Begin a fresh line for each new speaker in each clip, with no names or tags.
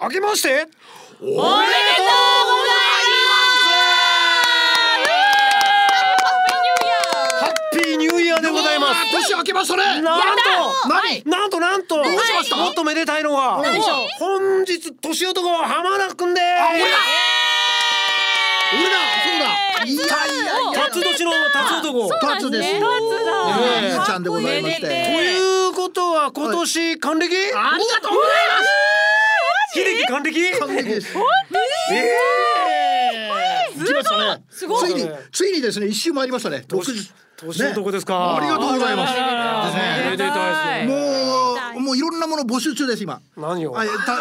明けましておめでとうございますハッピーニューイヤーでございます
うわー年明けましたね
なんとな
はい
なんとなんと
うしました
もっとめでたいのは
何でしょう
本日年男は浜田くんで
俺だ俺だそうだいやい
す辰年の辰男
そう
タツです
タツだ
ねえちゃんでございまして
と
めでて
いうことは今年還暦
ありがとうございます
秀樹還暦
完璧です
え
来ましたね
すご
つ
い
いについにですね一周回りましたね
ー
六十
年男ですか
ありがとうございます
あらめ
ね
でたいですね
もうもういろんなもの募集中です今
何を
あえた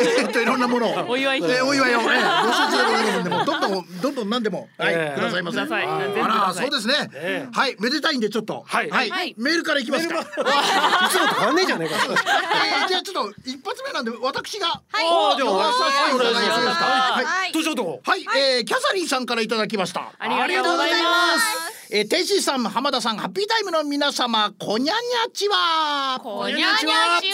えっといろんなもの
お祝い品
えお祝いをえ募集中でございますでもどんどんどんどん何でもはい
ええ
くださいませ
うんください
あ
全部くだ
ら
さ
そ
いう
ですねはいめでたいんでちょっと
はい
はい
メールからいきますか
いつもと変わんねえじゃねえか
えーじゃあちょっと一発目なんで私が
いあーじゃあ
読ませて
お
いただきます
願いします
はい
はい
年男
はい、えーキャサリンさんからいただきました。
ありがとうございます
す。えー、テイシーさん、浜田さん、ハッピータイムの皆様、こにゃにゃちは。
こにゃに
特に
ゃち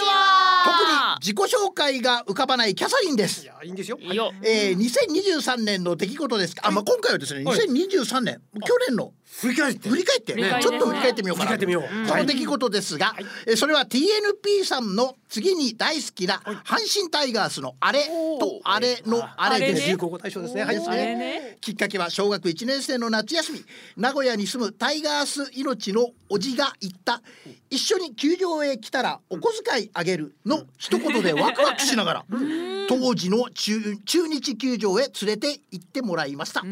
は
自己紹介が浮かばないキャサリンで
い
す。
やいいんですよ
いいよ
えー、2023年の出来事ですがあ、まあ、今回はですね、
はい
2023年、去年の
振り返って
振り返って、
振り返り
ち
です
ょ
ね
っと振り返ってみようかな。
振り返ってみよう
その出来事ですが、えーそれは TNP さんの次に大好きな阪神タイガースのあれとあれのあれです。
流行語大賞ですねはい
です
あれ
ね
ね
きっかけは小学1年生の夏休み名古屋に住むタイガース命のおじが言った「一緒に球場へ来たらお小遣いあげる」の一言でワクワクしながら当時の中中日球場へ連れて行ってもらいました。そ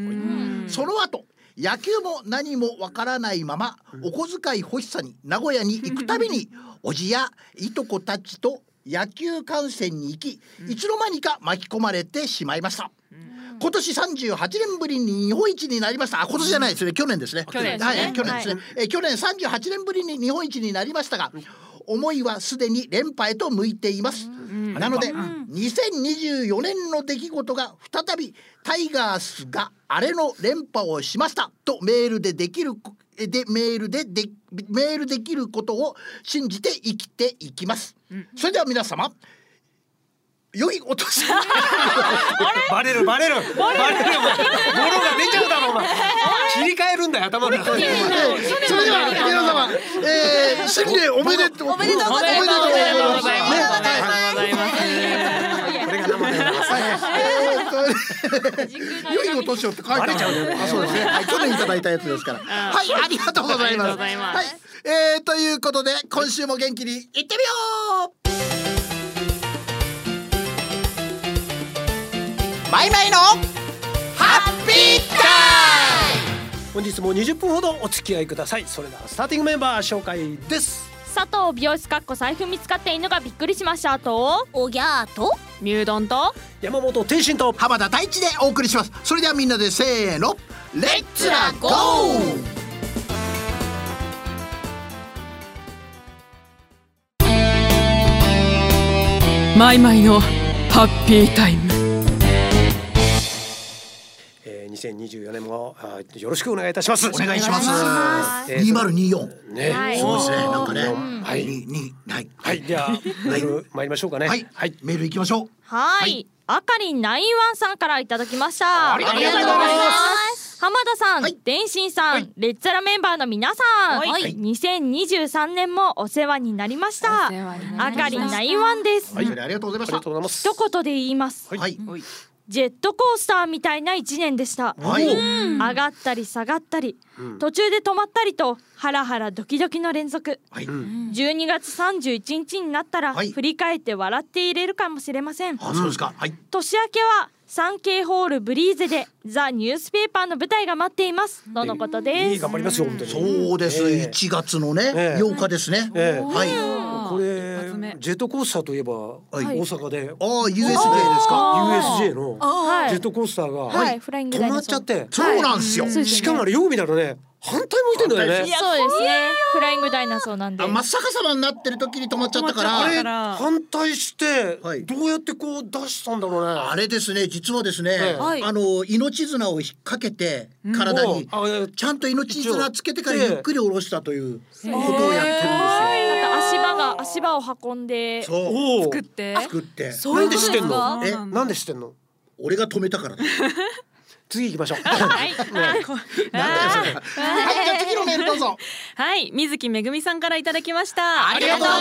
の後野球も何もわからないままお小遣い欲しさに名古屋に行くたびにおじやいとこたちと野球観戦に行きいつの間にか巻き込まれてしまいました。今年38年ぶりに日本一になりましたあ今年じゃないですね去年ですね
去年ですね
はい去年ですね、え去年38年ぶりに日本一になりましたが思いはすでに連覇へと向いています、なので、2024年の出来事が再びタイガースがあれの連覇をしましたとメールでできるえでメールででメールできることを信じて生きていきます、それでは皆様良いお年 を
バレるバレるバレるもうボロが出ちゃうだろお前切り替えるんだよ頭の中で
えーそれでは皆様、えー、新年おめでとうおめでとうございます。
おめでとうございます
ね
ありがとうござい
これが生
ます
でございます
良いお年をって書いてあ
バレちゃう
る。
ね
あ、そうですね。はい去年いただいたやつですから。はい、ありがとうござい
ありがと
ます。
うございます
はい、えー、ということで今週も元気にいってみよう。マイマイのハッピータ
本日も20分ほどお付き合いくださいそれではスターティングメンバー紹介です
佐藤美容室かっこ財布見つかって犬がびっくりしましたと
おぎゃーと
牛丼と
山本天心と
イム。浜田大地でお送りします。それではみんなでせーの、レッツラゴー。
マイマイのハッピータイム
えー2024年もあーよろしくお願いいたしますお
お願いします。
え
二
ーと
0 2四。
ね
はい
そうですね。なんかね。
は
はいい。に、に、はい。
はいじゃあメール参りましょうかね
はい。はい。メール行きましょう。
はいあかりんナインワンさんからいただきました
ありがとうございます
す浜田さん、
はい
天心さん、レッツラメンバーの皆さん、
はい
2023年もお世話になりましたあかりんナインワンです、
はい。それありがとうござ
あ
い
り
ま
が
し
とうございます
一言で言います
た。はい。
ジェットコースターみたいな一年でした、
はい。
上がったり下がったり、途中で止まったりとハラハラドキドキの連続
はい。
12月31日になったら
はい
振り返って笑っていれるかもしれません、
あ、そうですか。はい。
年明けはサンケイホールブリーゼでザ・ニュースペーパーの舞台が待っていますとのこと
い
で
い
す
頑張りますよ本当に
そうです。
ええ
一月の
え
ね、
え
八日ですね。
ええ
はい。
これジェットコースターといえば大
はい
阪で
ああ、USJ ですか。
USJ の
はい
ジェットコースターが
はいはいフライング
止
ダイ
ま
ナ
っ
ソー
ちゃって
そうなんですよ。
しかもあれよく見たらね反対向いてんだよ
い
ね
やそうですねフライングダイナソーなんで
あ、真っ逆さまになってる時に止まっちゃったか
あ
ら。
れ
あれ
反対して
はい
どうやってこう出したんだろうね
あれですね、実はです
え
ね、
え
あの命綱を引っ掛けて体に
おうあええ
ちゃんと命綱つけてからゆっくり下ろしたということをやってるんですよ。
なんか足場さんが足場を運んで
そう
おお
作って
作って
ういうことですかなん
で知ってん
ーなんでしてんの
俺が止めたからだ
次行きまし ょう
はい
なんだよそれはいじゃあ次のメールどうぞ
はい、水木めぐみさんからいただきました。
ありがとうござい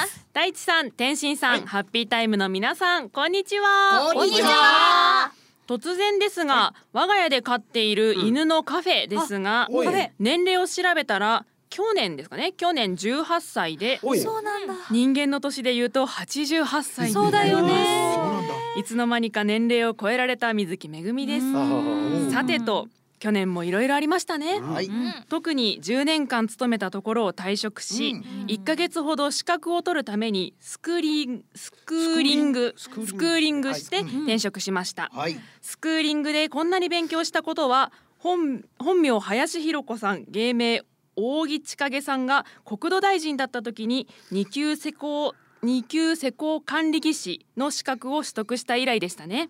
ます。大地さん、天心さん、ハッピータイムの皆さん、こんにちは。
こんにちは。
突然ですが、我が家で飼っている犬のカフェですが、
おい
年齢を調べたら去年ですかね、去年18歳で、
おい
そうなんだ
人間の年で言うと88歳に
そうだよね
そうなんだ
いつの間にか年齢を超えられた水木めぐみです。
あ
うん
ー
さてと、去年もいろいろありましたね。
はい
特に10年間勤めたところを退職し、
うん
1ヶ月ほど資格を取るためにスクリンスクーリングス
スクーリング
クーリングして
はいうん
転職しました、
はい
スクーリングでこんなに勉強したことは本本名林博子さん芸名大木千景さんが国土大臣だった時に2級施工二級施工管理技師の資格を取得した以来でしたね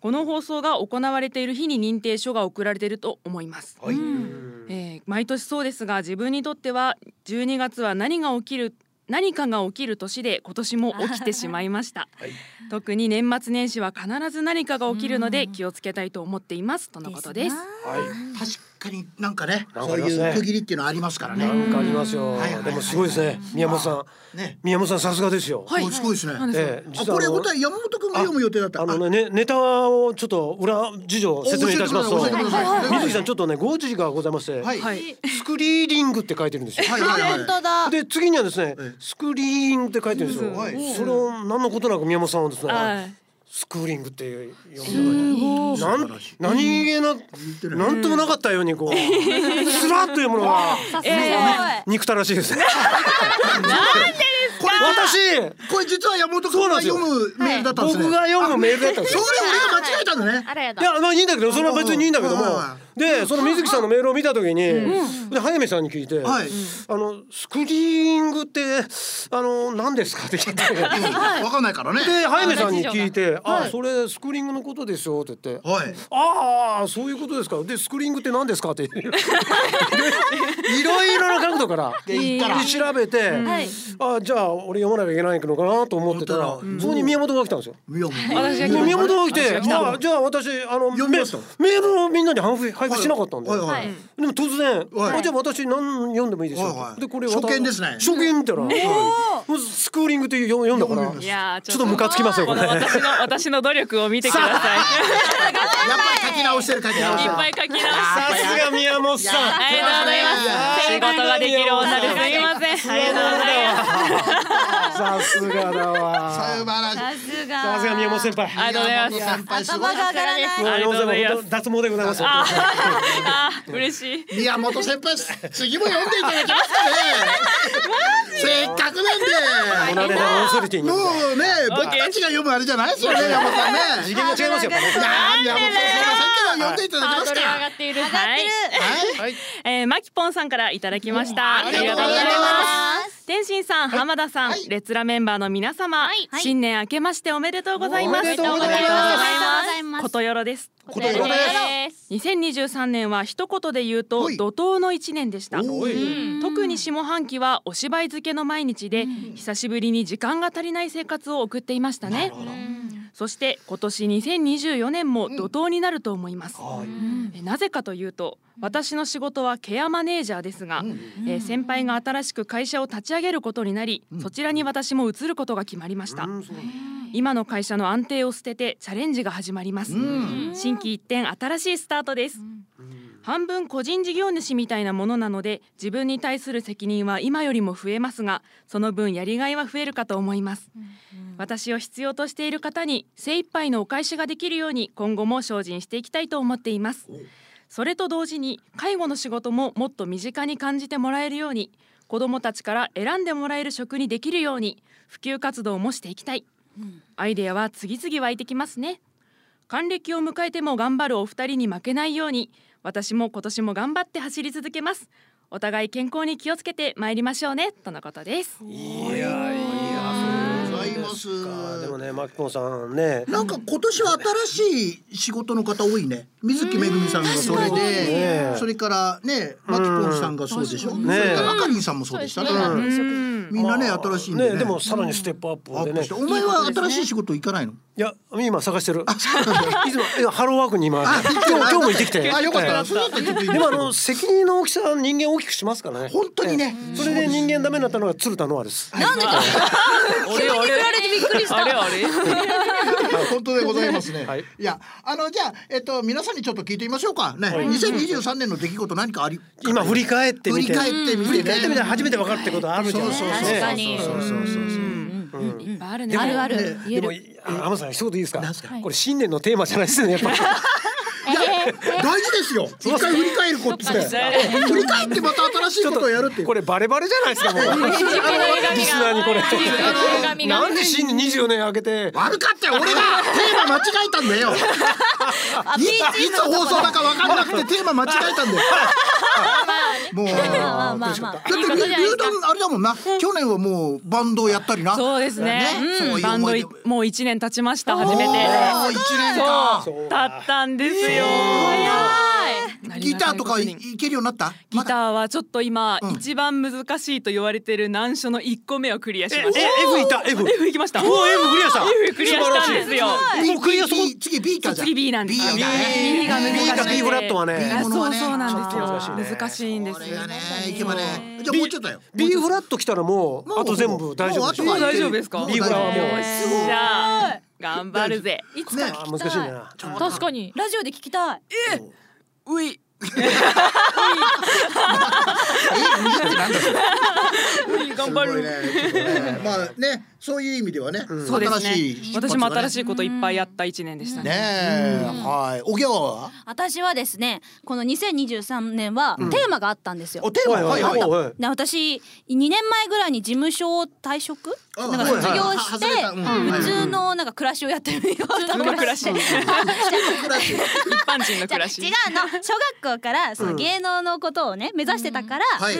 この放送が行われている日に認定書が送られていると思います
はい
うん
えー毎年そうですが自分にとっては12月は何が起きる何かが起きる年で今年も起きてしまいま した、
はい
特に年末年始は必ず何かが起きるので気をつけたいと思っていますとのことです
はい
確かになんかね
なん
そ
かあ
う
りますね
いう区切りっていうのはありますから
な
ね
んかありますよ
はいはいはい
でもすごいですね宮本さん
ね
宮本さんさすがですよ
おすごいですね
なんですか
ええ
あ
実は
これ
あの
答え山本君が読む予定だった
あのねねネタをちょっと裏事情を説明いたしますと
教えてください教えてください
水木さんちょっとねご時がございまして
はいはい
スクリーリングって書いてるんですよ
はいはいはい
だ
で次にはですね
ええ
スクリーンって書いてるんですよ
はい
それを何のことなく宮本さんはです
は
ね
い
スクリーングって呼んでな
おー素晴
ん
らしい
何気な
ってる
何ともなかったようにこうスラッというものが
さす
えー
憎たらしいですね
これ
私
これ実は山本君が読むメールだったんですね
僕が読むメールだったんです
それ
よ
俺が間違えたんだね
あらや
いやまあいいんだけどそれは別にいいんだけども
うんうん
でその水木さんのメールを見た時にで早見さんに聞いて「
はい
あのスクリーングってあの何ですか?」って聞いて。
わかんないからね
で早見さんに聞いて「あそれスクリーングのことですよ」って言って「
はい
ああそういうことですか」で「スクリーングって何ですか?」 っていういろいろな角度から
で言ったら
調べて
はい
「あじゃあ俺読まなきゃいけないのかな」と思ってたら
うん
そこに宮本が来たんですよ。
読む
私
で
が
宮本が来て
私が来た
あじゃあ私あのメ
読みました
メールをみんなに配布配布しなかったんで、
はいはいはい
い
でも突然、
はい
あじゃあ私何読んでもいいですよ、
はいはい
でこれ
初見ですね
初見見たら、はいスクーリングって読読んだから
読みま
いやー
ちょっとムカつきますよこ
こ
れ
の私の私の努力を見てくだ さい
やっぱり書き直してる書き直し
い
てる
っぱい書き直して
さすが宮本さん
ありがとうございます仕事ができる女ですいませ んありがとうございます
さすがだわ
素晴らしい
すが
さすが宮本先輩
ありがとうございます
山本先輩素
頭
晴
が
ら
上がらな
あ
い
りがとうございます
本当脱毛でございます
あーあー嬉しい
しい宮本先輩次も読んでいただけますかねせっかくなん
モ
で
ナレラオンソリティに
も
次
うね僕たちが読むあれじゃないですよね山本さんねい
元が違いますよ
や宮本先輩さっきの読んでいただけ
ハ
ま
ード
す
ル
か
上がっているはい
はい
はい
えーマキポンさんからいただきました
あ
あ
り
り
が
が
と
と
うご
うご
ざ
ざ
い
い
ま
ますす天心さん浜田さん
はい
レツラメンバーの皆様新年明けましておめでとうございます
おめでとうございます
おめでとうござい
おめでとうございま
ますすことよろです
ことよろです
2023年は一言で言うと
はい
怒涛の一年でした
おい
特に下半期はお芝居漬けの毎日で久しぶりに時間が足りない生活を送っていましたねそして今年2024年も怒涛になると思います、
はい
えなぜかというと私の仕事はケアマネージャーですが、えー先輩が新しく会社を立ち上げることになり、そちらに私も移ることが決まりました、
うんそう
今の会社の安定を捨ててチャレンジが始まります、新規一転新しいスタートです、半分個人事業主みたいなものなので自分に対する責任は今よりも増えますがその分やりがいは増えるかと思います、私を必要としている方に精一杯のお返しができるように今後も精進していきたいと思っていますそれと同時に介護の仕事ももっと身近に感じてもらえるように子どもたちから選んでもらえる職にできるように普及活動もしていきたい、アイデアは次々湧いてきますね還暦を迎えても頑張るお二人に負けないように私も今年も頑張って走り続けますお互い健康に気をつけて参りましょうねとのことです
いやいや
ございま
あ
す
でもねマキコンさんね
なんか今年は新しい仕事の方多いね。水木めぐみさんがそれ
う
で、
ん
それからね、マキポンさんがそうでしょ。そ
ね
れからあかりんさんもそうでしたね。
ん
うん
みんなね
まあ
新しいんでね
でもさらにステップアップ
ア
で
ッ
ね
プしてお前は新しい仕事行かないの
いや今探してる いつもいやハローワークに今今日今日も行ってきて
あよかった
は
ないそうだったらちょっといいん
で
で
も
す
あの責
けど
任の大きさは人間を大きくしますからね
本当にね
ええそれで人間ダメになったのが鶴田ノアです
なんでだよ
急に振られてびっくりしたあれあれ
本当でございますね。
はいい、
や、あのじゃあ、えっと、皆さんにちょっと聞いてみましょうか。ね、2023年の出来事何かあり。
今振り返って
振
み
り
て
返ってみて、ね。
振り返ってみて初めて分かったことあるじゃん
そうそうそう
確かに
そうそうそうそうそう。
いっぱいある
で
ね。
もあるある言え
でも
る
あ浜田さん一言いいですか
なんすか
これ新年のテーマじゃないですよねやっぱり
大事ですよ。一回振り返ることって。振り返ってまた新しいことをやるっていう。
これバレバレじゃないですか もうリスナーにこれなんで新年24年明けて
悪かったよ。俺がテーマ間違えたんだよ。 いいつ放送だか分かんなくてテーマ間違えたんだよ。 もう。
まあまあまあ
だってりゅうたんあれだもんな。去年はもうバンドをやったりな。
そうですね。
そう
うん
いう
バン
思
ド
い
い
出も
もう一年経ちました初めて。
おー一年か
そうだったんですよ。ありがたい
ギターとかい
ことに
いけるようになった
ギ
まだ
ターはちょっと今、
うん
一番難しいと言われてる難所の一個目をクリアしました。
ええ F いった F
F 行きました。
おお F クリアした
F クリアしたんですよ。
もうクリアそこ
B 次 B かじゃ
次 B なんです
B
だ
だ
ね
ね
B が難しい
B
が B フラットは
ね
あそうそうなんですよ。
ちょっと難しいね
難しいんです
こ
よ。
れがねいけばねじゃあもうちょっとよ
B フラット来たらも
もう
うあと全部大丈夫でしょ
もうあ
もう
とは
大丈夫ですか。
B フラはもう
よっしゃ頑張るぜ。
いつ か
あ
聞
難
き
しい
たい
な
確かに
ラジオで聞きたいう
いう
えってなんだよ
い頑張
すごい
る。
ねちょっとねまあねそういう意味ではね
そうです
新
ね
しい
私も新し
い
いこといっぱいやった一年でした
ね
ね。
えはいおぎゃは
私はですねこの2023年はテーマがあったんですよ、
おテーマはいはいはい
い
で私2年前ぐらいに事務所を退職
あ
なんか卒業
はいはい
して
外れたうんはい
普通のなんか暮らしをやってるような
の暮らし
じゃ
一般人の暮
あ
らし。
違うの小学校からその芸能のことをね目指してたから
はい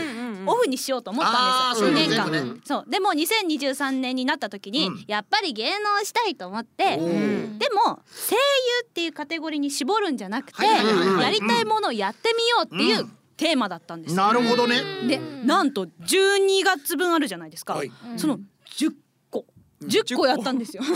オフにしようと思ったんですよ
あー
2年
そういうこと
間
ね
そうでも2023年になった時に
うん
やっぱり芸能したいと思って
お
で
ー
も声優っていうカテゴリーに絞るんじゃなくて
はいはいはいはい
やりたいものをやってみようっていううんテーマだったんですよ
なるほどね
でなんと12月分あるじゃないですか、
はい
その10個10個やったんですよ
十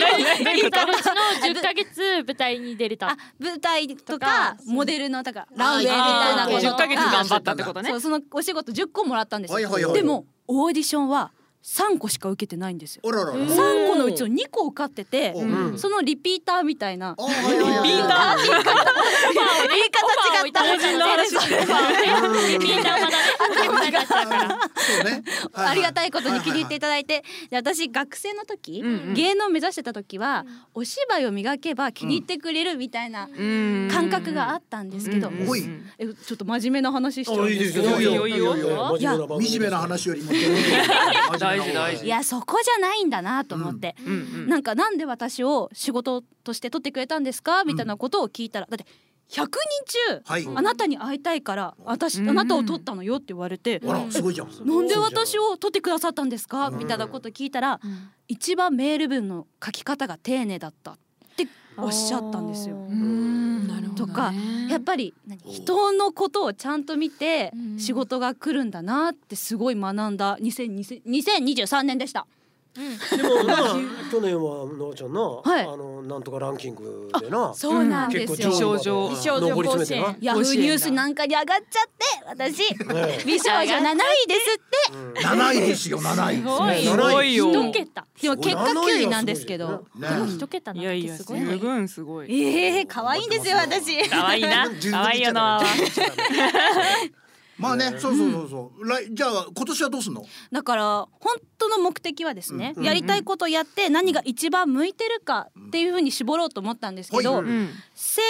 何
何言い方うちの十ヶ月舞台に出れた
あ舞台と
とか
かモデルのだからランウェイみたいな
あ
こ
ー
と
十
と
ヶ月
か
頑張ったってことね
そう。そのお仕事10個もらったんですよ、
はいはいはい
でもオーディションは3個しか受けてないんですよ
おららら
3個のうちの2個受かってて
ん
そのリピーターみたいな
あはいはいはい
リピーター。
言い方違った
法人の話
そう
でみんなまだね頭がちゃうから
そうね
ありがたいことに気に入ってい
た
ただいて、で私学生の時、
うんうん
芸能を目指してた時は、お芝居を磨けば気に入ってくれるみたいな
うん
感覚があったんですけど、
うん
おい
えちょっと真面目な話しちゃうん
いい
で
ですす
け
よ
ど
いいよいいよ
いや惨
惨めな話よりも
大事大
い
事。
やそこじゃないんだなと思って、
うんうん
なんかなんで私を仕事として取ってくれたんですかみたいなことを聞いたらだって100人中、
はい
あなたに会いたいから私、
うん
あなたを取ったのよって言われて、
あらすごいじゃん
なんで私を取ってくださったんですかみたいなこと聞いたら、一番メール文の書き方が丁寧だったっておっしゃったんですよ。
うんなるほど
と
ね
かやっぱり何人のことをちゃんと見て仕事が来るんだなってすごい学んだ2020 2023年でした。
でもな去年はのあちゃんな、
はい
あのなんとかランキングでな
そうなんですよ
結構上位まで
美少女
上り詰めて
ヤフーニュースなんかに上がっちゃって私
な。ね
美少女7位ですって
七位ですよ七位
ごい
すごいよ。
一
で
桁
も結果
すごい
9位なんですけど
ね
一桁
い
な
や
ん
い
て
や
す
す
ごいね
ごいすごい。
ええー、可愛いんですよ私
可愛い な可愛いよな。
まあねそうそうそうそう来じゃあ今年はどうすんの
だから本当の目的はですね、やりたいことをやって何が一番向いてるかっていうふうに絞ろうと思ったんですけど、
はいう
うん
声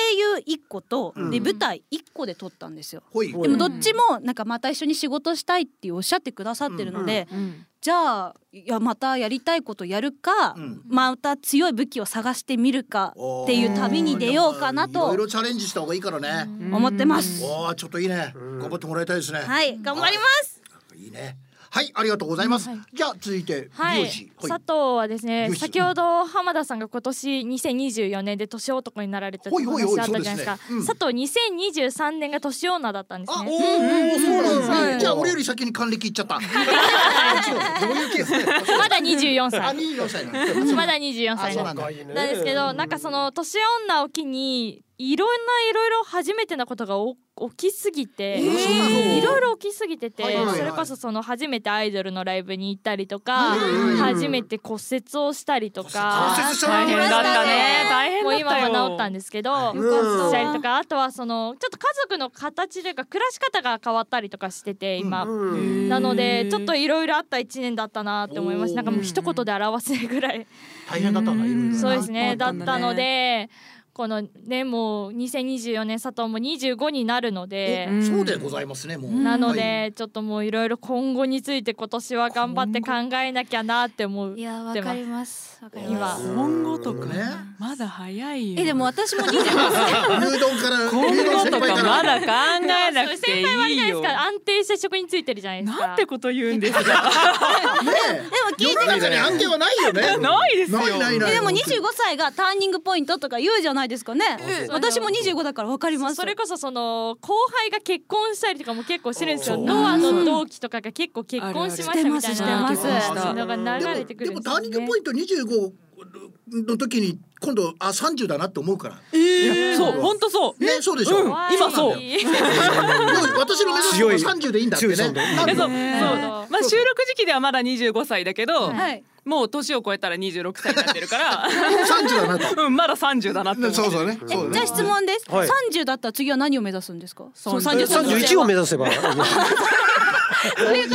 優1個と、で舞台1個で撮ったんですよ。
ほい
でもどっちもなんかまた一緒に仕事したいっておっしゃってくださってるので、
うん
じゃあいやまたやりたいことやるか、
うん
また強い武器を探してみるかっていう旅に出ようかな
おーいろ
と
いろチャレンジした方がいいからね
思ってます。
おーちょっといいね頑張ってもらいたいですね
はい頑張ります。
いいねはいありがとうございます、
うんは
じゃあ続いて
は
美
い、
容
佐
師
藤はですね
美容師
先ほど浜田さんが今年2024年で年男になられたって
ほいほいほい
話あったじゃないです
そう
か
ですねうん
佐藤2023年が年女だったんです
あ、お
ね
お、そうなんですね、
うん
じゃあ俺より先に還暦いっちゃった。そうどういうケース？
まだ24
あ、
歳
24歳な
まだ24
あ
歳
そうなん
な
ん
で
だ
かいいね
すなんですけどなんかその年女を機にいろんないろいろ初めてなことがお起きすぎ
え
て、
ーそうなの
いろいろ起きすぎてて、
はいはいはい
それこそその初めてアイドルのライブに行ったりとか、
うんうんうん
初めて骨折をしたりとか
骨折した
大変だったね大変
もう
だった
今
よ
は治ったんですけど、
よかった
したりとかあとはそのちょっと家族の形というか暮らし方が変わったりとかしてて今、
うん
なのでちょっといろいろあった一年だったなって思いま
お
す
ー
なんかもう一言で表せないぐらい、
大変だったんだ。いろいろな
そうですね
な
だ
んかあ
っ
ったたんだ
の
ね
でこのねもう2024年佐藤も25になるので。
おそうでございますね。もう。
なので、
はい
ちょっともういろいろ今後について今年は頑張って考えなきゃなって思う
いやわかりますわかります
今
今後とか
ね
まだ早いよ
えでも私も25歳
牛丼から
今
牛丼
後
先
とか
輩から
ま。だ考えなくて
先輩はい
い
ないです
よ
から安定した職についてるじゃないですか
なんてこと言うんですか
ねえ。世の中に案件はないよね。
ないですよ
ないないない。
えでも25歳がターニングポイントとか言うじゃないですかね
うん
私も25だからわかります
それこそその後輩が結婚したりとかも結構してるんですよ
そう
ノアの同期とかが結構結婚しましたみたいな
あるあるしてますしてます
そういうのが流れて
で
くるん
も
です
タ
よ
ーニ
ね
ングポイント25の時に今度あ30だなって思うから。
そう本当そう
ねそうでしょ。
うん
怖い
今そう
でも私の目指すのは30でいいんだって
強
ね。
い強い
なん
え
で
そうそう
ね
まあ収録時期ではまだ25歳だけど
はい
もう年を超えたら26歳になってるから
30だなと。
うんまだ30だなって思って
そうそうね。そうね
じゃあ質問です
はい
30だったら次は何を目指すんですかその
三十
30
三
三十一を目指せ ば。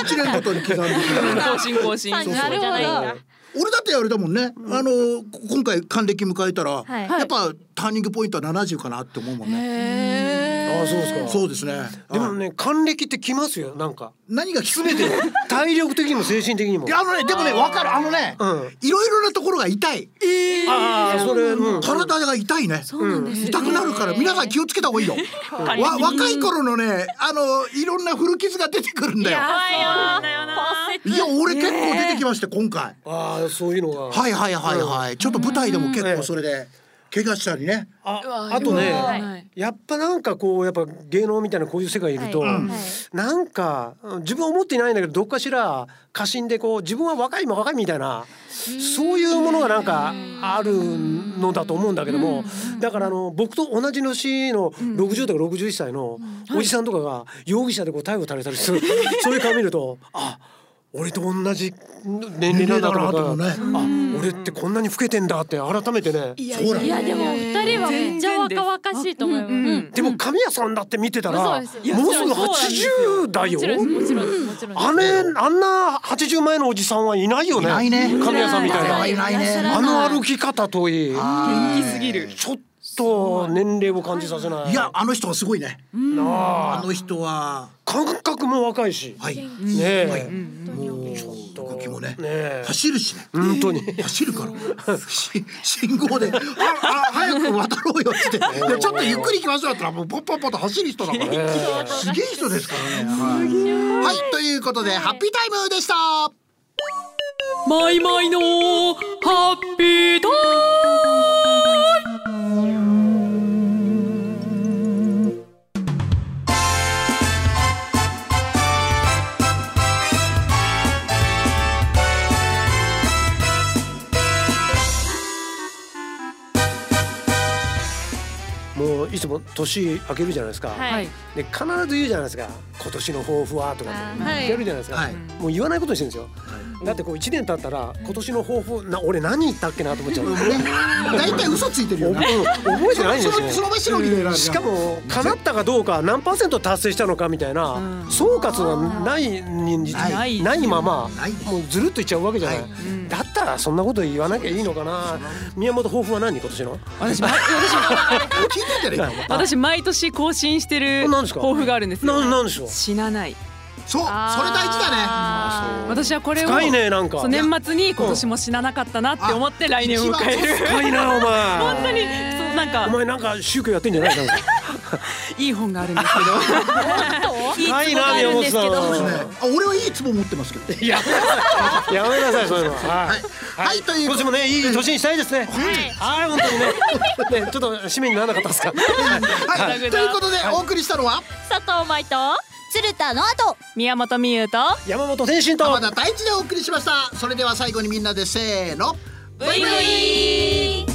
一年ごとに刻んでいく。
更新更新
30
なるほど
じゃないんだ
俺だってあれだもんね。あのこ今回還暦迎えたら、
はい
やっぱターニングポイントは七十かなって思うもんね。
ああ、そうですか
そうですね。
でも
あ
ね、還暦ってきますよ、なんか。
何がすべて。い
体力的にも精神的にも。
やあのねでもねわかるあのね
う。
いろいろなところが痛い。
ああ、それ、うん
体が痛いね。
そうなんですよ
痛くなるから皆さん気をつけた方がいいよ。わ若い頃のねあのいろんな古傷が出てくるんだよ。
怖いよ骨折
いや俺結構出てきまして今回。
ああ、そういうのが。
はいはいはいはい。ちょっと舞台でも結構それで怪我したりね。
あ、あとね。やっぱなんかこうやっぱ芸能みたいなこういう世界いると、
はいはい
なんかうん自分は思っていないんだけどどっかしら過信でこう自分は若いも若いみたいなそういうものがなんかあるのだと思うんだけどもだからあの僕と同じ年の60とか61歳のおじさんとかが容疑者でこう逮捕されたり するそういう顔見るとあ俺と同じ年齢なんだ
年齢だ
と
なと
か、
思うね
あ俺ってこんなに老けてんだって改めてね
そうだ
い
よ。
やでも二人はめっちゃ若々しいと思います、
うん
でも神谷さんだって見てた
そ
ら、
うですよ
もうすぐ
そうなんですよ
80だよ
もちろんですもちろんですもちろんです
あれあんな80前のおじさんはいないよね
いないね。
神谷さんみたい
あれ
な
はいないね。
あの歩き方といい
元
気すぎる
ちょっと年齢を感じさせない
いやあの人はすごいね。
な
あ
あ
の人は
感覚も若いし
はい。
ね
はい
え
もう動きもね
ね。え
走るしね。
本当に
走るから。し信号で、あ、あ、早く渡ろうよって。でちょっとゆっくり行きましょうだったら、もうポッポッポッと走る人だから。すげえ人ですからね。はい、はいということで、ハッピータイムでした。
マイマイのハッピータイム
もういつも年明けるじゃないですか、
はい
で必ず言うじゃないですか今年の抱負はとかね
はい
やるじゃないですか、
はい。
もう言わないことにしてるんですよ、だってこう1年経ったら今年の抱負な俺何言ったっけなと思っちゃう
もうね、大体嘘ついてるよ
覚
な。
え覚えてないんで
そ
す
の、そ
よ
の場しのぎで選んだ。
しかも叶ったかどうか何パーセント達成したのかみたいな総括がないに
ない
ないまま
ない
もうずるっといっちゃうわけじゃない
はい
ん
だったらそんなこと言わなきゃいいのかな宮本抱負は何今年の
私ま私
聞いてんじゃねえか。
私毎年更新してる
何ですか
抱負があるんですよ
ななんでしょう
死なない
そう、それ大事だね。
あー
私はこれを
深いねなん
そ
か
う年末に今年も死ななかったなって思って来年を迎える
深いなお前
本当にそうなん
お
か
前なんか宗教やってんじゃないなんか
いい本があるんですけど
ない
いい本が
な
あ
宮
るん
本
です
さ
け
ん
ど
そうですねあ俺はいいツボ持ってますけど。
いややめなさいそういうのは
はい、はい、という
今
こと
年もねいい年にしたいですねはい本当にねねちょっと締めにならなかったですか
はい、ということで、お送りしたのは、
佐藤舞と
鶴田の後
宮本美優と
山本天心と
浜田大地でお送りしました。それでは最後にみんなでせーの。
ブイブイ